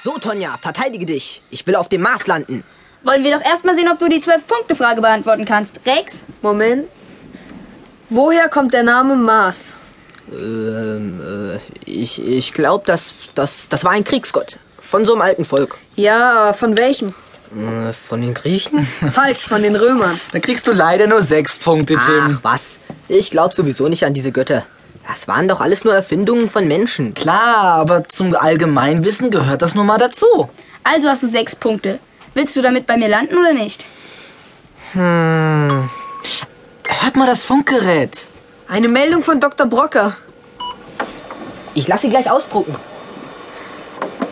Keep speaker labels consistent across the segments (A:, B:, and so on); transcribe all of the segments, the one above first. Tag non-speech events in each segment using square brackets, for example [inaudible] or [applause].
A: So, Tonja, verteidige dich. Ich will auf dem Mars landen.
B: Wollen wir doch erstmal sehen, ob du die 12-Punkte-Frage beantworten kannst. Rex?
C: Moment. Woher kommt der Name Mars?
A: Ähm, äh, ich, ich glaube, das, das, das war ein Kriegsgott. Von so einem alten Volk.
C: Ja, aber von [laughs] welchem?
A: Äh, von den
D: [laughs]
A: Griechen?
C: Falsch, von den Römern.
D: Dann kriegst du leider nur sechs Punkte, Tim.
A: Ach, was. Ich glaube sowieso nicht an diese Götter. Das waren doch alles nur Erfindungen von Menschen.
D: Klar, aber zum Allgemeinwissen gehört das nun mal dazu.
B: Also hast du sechs Punkte. Willst du damit bei mir landen oder nicht?
D: Hm. Hört mal das Funkgerät.
C: Eine Meldung von Dr. Brocker.
A: Ich lasse sie gleich ausdrucken.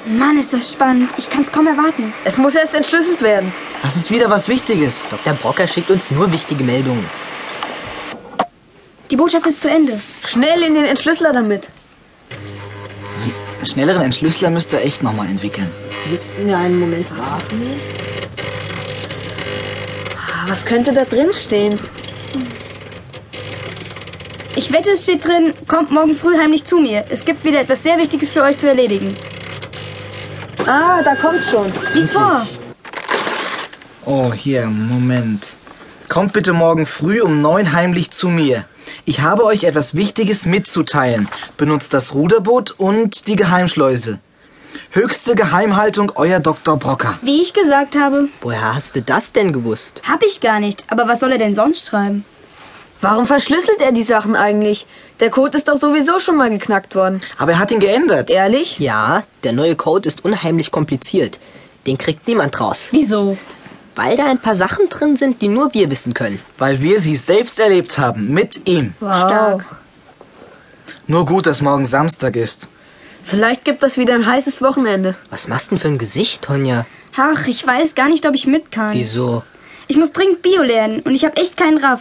B: Mann, ist das spannend. Ich kann's kaum erwarten.
C: Es muss erst entschlüsselt werden.
D: Das ist wieder was Wichtiges.
A: Dr. Brocker schickt uns nur wichtige Meldungen.
B: Die Botschaft ist zu Ende.
C: Schnell in den Entschlüsseler damit.
D: Einen schnelleren Entschlüsseler müsst ihr echt nochmal entwickeln.
C: Müssten wir einen Moment warten? Ah, Was könnte da drin stehen?
B: Ich wette, es steht drin, kommt morgen früh heimlich zu mir. Es gibt wieder etwas sehr Wichtiges für euch zu erledigen.
C: Ah, da kommt schon.
B: Lies vor.
D: Oh, hier, Moment. Kommt bitte morgen früh um neun heimlich zu mir. Ich habe euch etwas Wichtiges mitzuteilen. Benutzt das Ruderboot und die Geheimschleuse. Höchste Geheimhaltung, euer Dr. Brocker.
B: Wie ich gesagt habe,
A: Woher hast du das denn gewusst?
B: hab ich gar nicht. Aber was soll er denn sonst schreiben?
C: Warum verschlüsselt er die Sachen eigentlich? Der Code ist doch sowieso schon mal geknackt worden.
D: Aber er hat ihn geändert.
C: Ehrlich?
A: Ja, der neue Code ist unheimlich kompliziert. Den kriegt niemand raus.
B: Wieso?
A: Weil da ein paar Sachen drin sind, die nur wir wissen können.
D: Weil wir sie selbst erlebt haben. Mit ihm.
C: Wow.
B: Stark.
D: Nur gut, dass morgen Samstag ist.
C: Vielleicht gibt das wieder ein heißes Wochenende.
A: Was machst du denn für ein Gesicht, Tonja?
B: Ach, ich weiß gar nicht, ob ich mit kann.
A: Wieso?
B: Ich muss dringend Bio lernen und ich hab echt keinen Raff.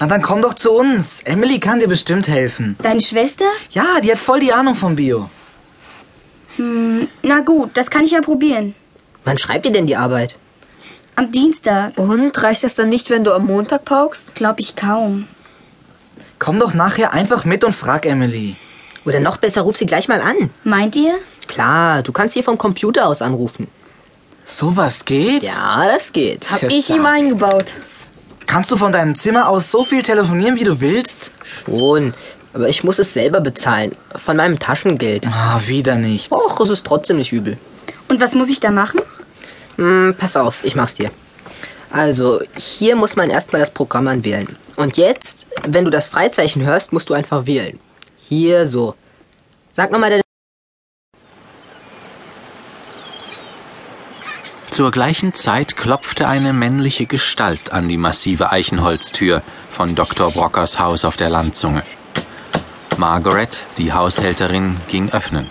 D: Na dann komm doch zu uns. Emily kann dir bestimmt helfen.
B: Deine Schwester?
D: Ja, die hat voll die Ahnung von Bio.
B: Hm, Na gut, das kann ich ja probieren.
A: Wann schreibt ihr denn die Arbeit?
B: Am Dienstag.
C: Und reicht das dann nicht, wenn du am Montag paukst?
B: Glaub ich kaum.
D: Komm doch nachher einfach mit und frag Emily.
A: Oder noch besser, ruf sie gleich mal an.
B: Meint ihr?
A: Klar, du kannst hier vom Computer aus anrufen.
D: Sowas geht?
A: Ja, das geht.
D: Hab
C: ich ihm eingebaut.
D: Kannst du von deinem Zimmer aus so viel telefonieren, wie du willst?
A: Schon. Aber ich muss es selber bezahlen. Von meinem Taschengeld.
D: Ah, wieder nichts.
A: Och, es ist trotzdem nicht übel.
B: Und was muss ich da machen?
A: Hm, pass auf, ich mach's dir. Also, hier muss man erstmal das Programm anwählen. Und jetzt, wenn du das Freizeichen hörst, musst du einfach wählen. Hier so. Sag nochmal deine.
E: Zur gleichen Zeit klopfte eine männliche Gestalt an die massive Eichenholztür von Dr. Brockers Haus auf der Landzunge. Margaret, die Haushälterin, ging öffnen.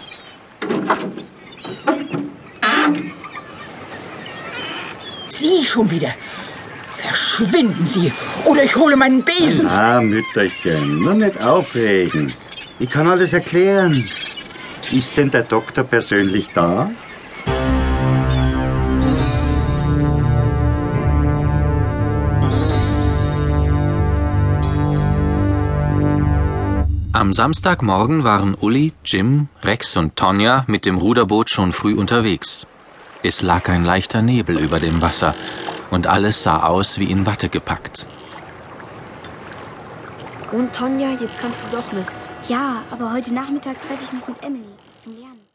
F: Sie schon wieder. Verschwinden Sie, oder ich hole meinen Besen.
G: Na, Mütterchen, nur nicht aufregen. Ich kann alles erklären. Ist denn der Doktor persönlich da?
E: Am Samstagmorgen waren Uli, Jim, Rex und Tonja mit dem Ruderboot schon früh unterwegs. Es lag ein leichter Nebel über dem Wasser und alles sah aus wie in Watte gepackt.
C: Und Tonja, jetzt kannst du doch mit.
B: Ja, aber heute Nachmittag treffe ich mich mit Emily zum Lernen.